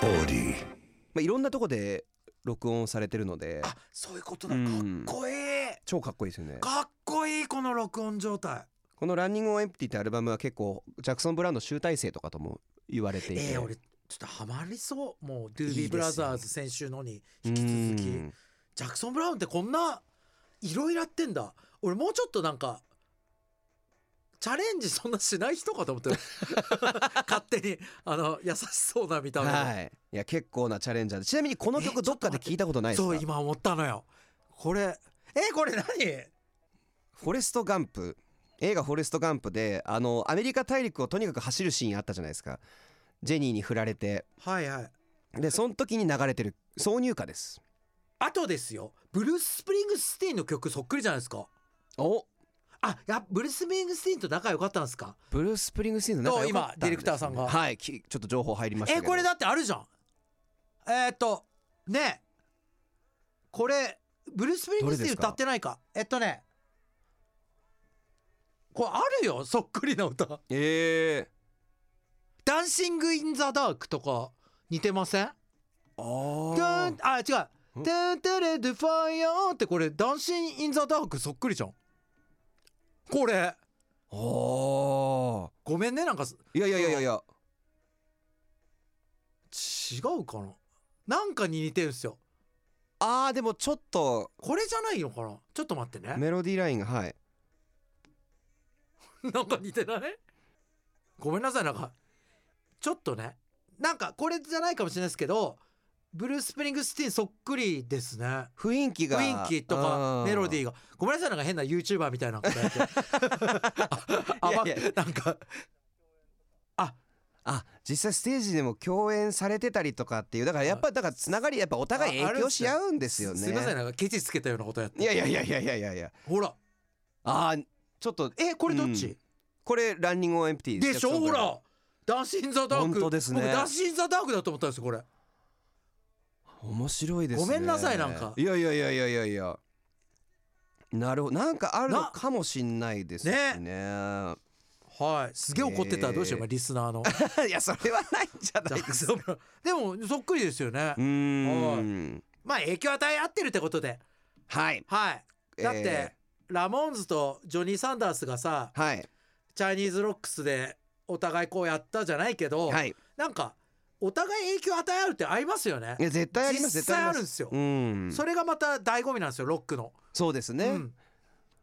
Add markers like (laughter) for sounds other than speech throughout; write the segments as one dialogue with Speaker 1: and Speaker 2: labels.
Speaker 1: 40.
Speaker 2: まあ、いろんなとこで録音されてるので
Speaker 3: あそういうことだかっこいい
Speaker 2: 超かっこいいですよね
Speaker 3: かっこいいこの録音状態
Speaker 2: この「ランニング・オン・エンプティ」ってアルバムは結構ジャクソン・ブランド集大成とかとも言われていて、
Speaker 3: えー、俺ちょっとハマりそうもう「
Speaker 2: い
Speaker 3: ドゥー
Speaker 2: いです
Speaker 3: ビー
Speaker 2: よ
Speaker 3: ブラザーズ」先週のに引き
Speaker 2: うん
Speaker 3: 続きジャクソン・ブラウンってこんないろいろやってんだ俺もうちょっとなんかチャレンジそんなしない人か
Speaker 2: (laughs)
Speaker 3: と思ってる勝手にあの優しそうな見た目で、
Speaker 2: はいいや結構なチャレンジャーでちなみにこの曲
Speaker 3: えち
Speaker 2: ど
Speaker 3: ょ
Speaker 2: っ
Speaker 3: っと
Speaker 2: か
Speaker 3: 待
Speaker 2: で
Speaker 3: って
Speaker 2: 聞いたことないです
Speaker 3: そう
Speaker 2: か
Speaker 3: 今思ったのよこれえこれ何
Speaker 2: フォレスト・ガンプ映画「フォレスト・ガンプで」あのアメリカ大陸をとにかく走るシーンあったじゃないですかジェニーに振られて
Speaker 3: はいはい
Speaker 2: でその時に流れてる挿入歌です
Speaker 3: あとですよブルース・スプリングスティーンの曲そっくりじゃないですか
Speaker 2: お
Speaker 3: あやブルース・スプリングスティーンと仲良かったんですか
Speaker 2: ブルース・スプリングスティーンの仲良かったんですね
Speaker 3: と今ディレクターさんが
Speaker 2: はいきちょっと情報入りました
Speaker 3: え
Speaker 2: けど
Speaker 3: これだってあるじゃんえー、っとねえこれブルース・スプリングスティ
Speaker 2: どれで
Speaker 3: ーン
Speaker 2: すか
Speaker 3: 歌ってないかえっとねこれあるよそっくりな歌
Speaker 2: ええ
Speaker 3: 「ダンシング・イン・ザ・ダーク」とか似てません
Speaker 2: あ
Speaker 3: トゥーンあ違う「ト
Speaker 2: ん
Speaker 3: ゥーンテレ・ドゥ・ファイヤー」ってこれ「ダンシング・イン・ザ・ダーク」そっくりじゃんこれ
Speaker 2: お
Speaker 3: ごめんねなんか
Speaker 2: いやいやいやいやいや
Speaker 3: 違うかななんかに似てるんですよ
Speaker 2: あーでもちょっと
Speaker 3: これじゃないのかなちょっと待ってね
Speaker 2: メロディーラインがはい
Speaker 3: (laughs) なんか似てないごめんなさいなんかちょっとねなんかこれじゃないかもしれないですけどブルース・スプリングスティーンそっくりですね
Speaker 2: 雰囲気が
Speaker 3: 雰囲気とかメロディ
Speaker 2: ー
Speaker 3: ーがごめんなさいなんか変な YouTuber みたいなことやって
Speaker 2: (laughs)
Speaker 3: あ
Speaker 2: いやいや
Speaker 3: なんか
Speaker 2: あ実際ステージでも共演されてたりとかっていうだからやっぱだからつながりやっぱお互い
Speaker 3: ああ
Speaker 2: 影
Speaker 3: る
Speaker 2: 響
Speaker 3: んす
Speaker 2: し
Speaker 3: ね
Speaker 2: 合うんですよね
Speaker 3: すいませんなんかケチつけたようなことやって
Speaker 2: いやいやいやいやいやいやいや
Speaker 3: ほら
Speaker 2: あーちょっと
Speaker 3: えこれどっち、
Speaker 2: うんこれランニングオンエンプティ
Speaker 3: でしょほらダンシン・ザ・ダー
Speaker 2: 本
Speaker 3: ク
Speaker 2: 当ですね
Speaker 3: 僕ダンシン・ザ・ダークだと思ったんですよこれ
Speaker 2: 面白いですね
Speaker 3: ごめんなさいなんか
Speaker 2: いやいやいやいやいやいやなるほどなんかあるのかもしん (laughs) ないですしね
Speaker 3: はいすげえ怒ってたらどうしよう、
Speaker 2: えー
Speaker 3: リスナーの
Speaker 2: いやそれはないんじ
Speaker 3: (laughs)
Speaker 2: ゃないですか
Speaker 3: でもそっくりですよね
Speaker 2: うーん
Speaker 3: まあ影響与え合ってるってことで
Speaker 2: はい
Speaker 3: はいだって、
Speaker 2: え
Speaker 3: ラモーンズとジョニー・サンダースがさ
Speaker 2: ーはい
Speaker 3: チャイニーズロックスでお互いこうやったじゃないけど、
Speaker 2: はい
Speaker 3: なんかお互い影響与え合うって合いますよね
Speaker 2: いや絶対あります
Speaker 3: 実
Speaker 2: 絶対
Speaker 3: 際
Speaker 2: あ
Speaker 3: あ
Speaker 2: り
Speaker 3: る
Speaker 2: ま
Speaker 3: んですすよ、
Speaker 2: うん
Speaker 3: それがまた醍醐味なんですよロックの、
Speaker 2: そうですね、
Speaker 3: うん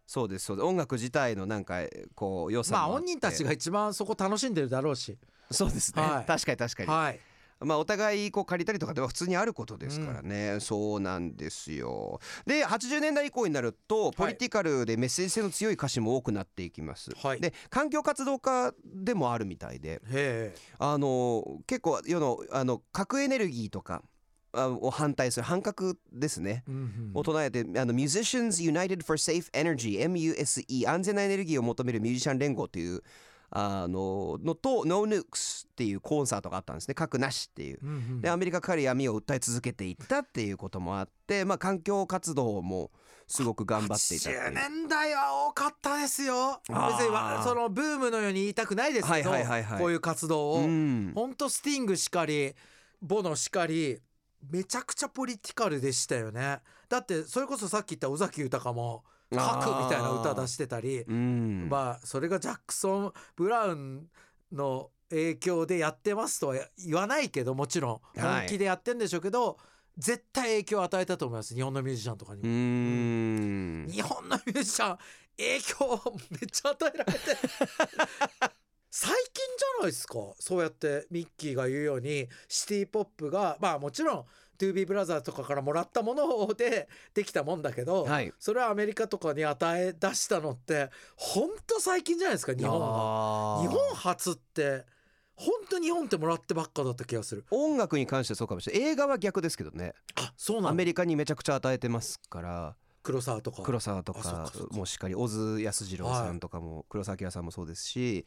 Speaker 2: そうですそうです音楽自体のなんかこう良さも
Speaker 3: まあ
Speaker 2: って
Speaker 3: 本人たちが一番そこ楽しんでるだろうし
Speaker 2: そうですね、
Speaker 3: はい
Speaker 2: 確かに確かに、
Speaker 3: はい
Speaker 2: まあお互いこう借りたりとかでは普通にあることですからね、そうなんですよで80年代以降になるとポリティカルでメッセージ性の強い歌詞も多くなっていきます、
Speaker 3: はい
Speaker 2: で環境活動家でもあるみたいで
Speaker 3: へえ
Speaker 2: あの結構世のあの核エネルギーとかあを反対する反核ですね、
Speaker 3: うんう
Speaker 2: を
Speaker 3: ん
Speaker 2: 唱えてあの Musicians United for Safe Energy MUSE 安全なエネルギーを求めるミュージシャン連合というあののと No Nukes っていうコンサートがあったんですね核なしっていう
Speaker 3: うんうん
Speaker 2: でアメリカから闇を訴え続けていったっていうこともあってまあ環境活動もすごく頑張っていたっていう
Speaker 3: 80年代は多かったですよ別
Speaker 2: あー
Speaker 3: にわそのブームのように言いたくないですけど、
Speaker 2: はいはいはいはい
Speaker 3: こういう活動を、
Speaker 2: うん
Speaker 3: ほんとスティングしかりボノしかりめちゃくちゃポリティカルでしたよねだってそれこそさっき言った尾崎豊も「書く」みたいな歌出してたり
Speaker 2: うん
Speaker 3: まあそれがジャクソン・ブラウンの影響でやってますとは言わないけどもちろん
Speaker 2: はい
Speaker 3: 本気でやってんでしょうけど、絶対影響を与えたと思います日本のミュージシャンとかにも
Speaker 2: う。ん
Speaker 3: 日本のミュージシャン影響をめっちゃ与え
Speaker 2: (laughs)
Speaker 3: られて最近じゃないですかそうやってミッキーが言うようにシティ・ポップがまあもちろん 2B ブラザーズとかからもらったものでできたもんだけど、
Speaker 2: はい
Speaker 3: それはアメリカとかに与え出したのってほんと最近じゃないですか日本が。
Speaker 2: あー
Speaker 3: 日本初ってほんと日本ってもらってばっかだった気がする。
Speaker 2: 音楽に関してはそうかもしれない映画は逆ですけどね
Speaker 3: あそうな
Speaker 2: ア
Speaker 3: んだ
Speaker 2: メリカにめちゃくちゃ与えてますから
Speaker 3: 黒沢とか。
Speaker 2: 黒沢と
Speaker 3: あそっ
Speaker 2: か
Speaker 3: かそっか
Speaker 2: もしっかり小津安二郎さんとかも黒沢明さんもそうですし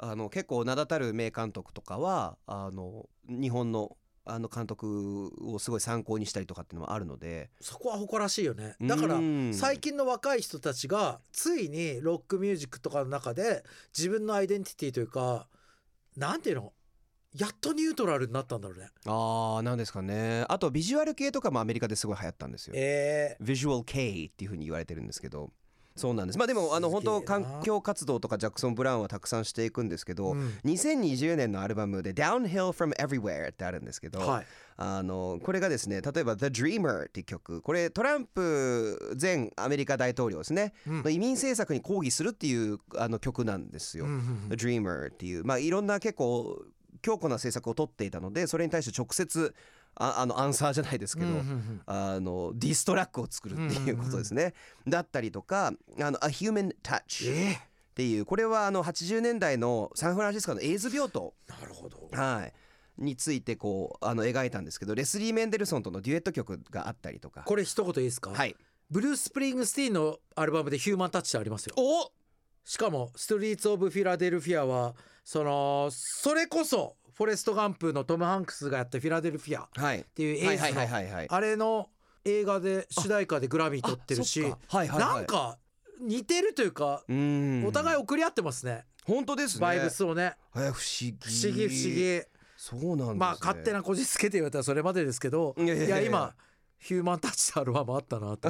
Speaker 2: あの結構名だたる名監督とかはあの日本のあの監督をすごい参考にしたりとかっていうのもあるので
Speaker 3: そこは誇らしいよねだから
Speaker 2: うん
Speaker 3: 最近の若い人たちがついにロックミュージックとかの中で自分のアイデンティティというかなんていうのやっとニュートラルになったんだろうね。
Speaker 2: あーなんですかねあとビジュアル系とかもアメリカですごい流行ったんですよ
Speaker 3: え
Speaker 2: ビジュアル系っていうふうに言われてるんですけどそうなんですまあでもあの
Speaker 3: すげ
Speaker 2: 本
Speaker 3: えな
Speaker 2: 当環境活動とかジャクソン・ブラウンはたくさんしていくんですけど、
Speaker 3: うん
Speaker 2: 2020年のアルバムで「Downhill from Everywhere」ってあるんですけど、
Speaker 3: はい。
Speaker 2: あのこれがですね例えば「The Dreamer」っていう曲これトランプ前アメリカ大統領ですね、
Speaker 3: うん
Speaker 2: の移民政策に抗議するっていうあの曲なんですよ。
Speaker 3: うんうんうん
Speaker 2: The Dreamer っていう、まあ、いろんな結構強固な政策を取っていたのでそれに対して直接ああのアンサーじゃないですけど、
Speaker 3: うんうんうん
Speaker 2: あのディストラックを作るっていうことですね。だったりとかあの「A Human
Speaker 3: え
Speaker 2: Touch」っていうこれはあの80年代のサンフランシスコのエイズ病棟
Speaker 3: えなるほど。
Speaker 2: はい、についてこうあの描いたんですけどレスリー・メンデルソンとのデュエット曲があったりとか。
Speaker 3: これ一言いいですか。
Speaker 2: はい、
Speaker 3: ブルース・スプリングスティーンのアルバムでヒューマンタッチってありますよ。
Speaker 2: お
Speaker 3: しかもストリート・オブ・フィラデルフィアはそのそれこそフォレスト・ガンプのトム・ハンクスがやったフィラデルフィアっ
Speaker 2: はい、
Speaker 3: ていう
Speaker 2: は
Speaker 3: 映
Speaker 2: いはい
Speaker 3: 画
Speaker 2: はい
Speaker 3: の
Speaker 2: はいはい。
Speaker 3: あれの映画で主題歌でグラミー取ってるし
Speaker 2: あそっかはいはいはい、
Speaker 3: なんか似てるというか
Speaker 2: うーん
Speaker 3: お互い送り合ってますね
Speaker 2: 本当ですね。
Speaker 3: バイブスをね
Speaker 2: えー不思議
Speaker 3: 不思議不思。議
Speaker 2: そうなんです、ね。
Speaker 3: まあ勝手なこじつけて言われたらそれまでですけど
Speaker 2: いやいや
Speaker 3: い
Speaker 2: いや
Speaker 3: や今ヒューマンタッチのアルバムあったな
Speaker 2: (laughs)
Speaker 3: と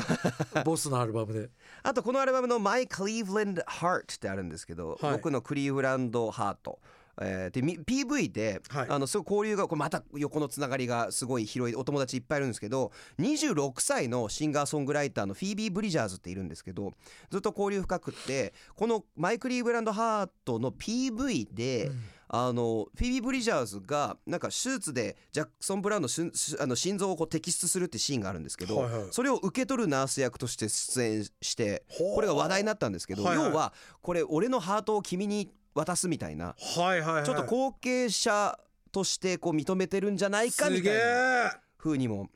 Speaker 3: ボスのアルバムで
Speaker 2: あとこのアルバムの My Cleveland Heart ってあるんですけど、
Speaker 3: はい
Speaker 2: 僕のクリーブランドハート。えー、でみ PV で、
Speaker 3: はい
Speaker 2: あのすごい交流がこれまた横のつながりがすごい広いお友達いっぱいいるんですけど26歳のシンガーソングライターのフィービー・ブリジャーズっているんですけどずっと交流深くってこのマイク・リーブランド・ハートの PV で、あのフィービー・ブリジャーズがなんか手術でジャクソン・ブラウンのしゅしあの心臓をこう摘出するってシーンがあるんですけど、
Speaker 3: はいはい
Speaker 2: それを受け取るナース役として出演して
Speaker 3: ほう
Speaker 2: これが話題になったんですけど、
Speaker 3: はいはい
Speaker 2: 要はこれ俺のハートを君に渡すみたいな、
Speaker 3: はいはいはい
Speaker 2: ちょっと後継者としてこう認めてるんじゃないかみたいな
Speaker 3: す
Speaker 2: 風にも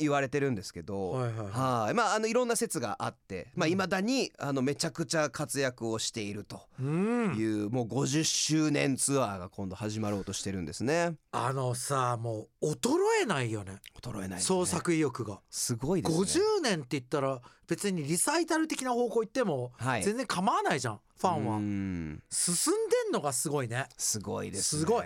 Speaker 2: 言われてるんですけど。
Speaker 3: げえはいはいはい
Speaker 2: はいまあ、あのいろんな説があってまあ、未だにあのめちゃくちゃ活躍をしていると
Speaker 3: うん
Speaker 2: いうもう50周年ツアーが今度始まろうとしてるんですね。
Speaker 3: あのさもう衰えないよね
Speaker 2: 衰えないですね
Speaker 3: 創作意欲が、
Speaker 2: すごいですね。
Speaker 3: 50年って言ったら別にリサイタル的な方向行っても
Speaker 2: はい
Speaker 3: 全然構わないじゃん、ファンは
Speaker 2: ンは
Speaker 3: 進んでんのがすごいね
Speaker 2: すごいですね。
Speaker 3: すごい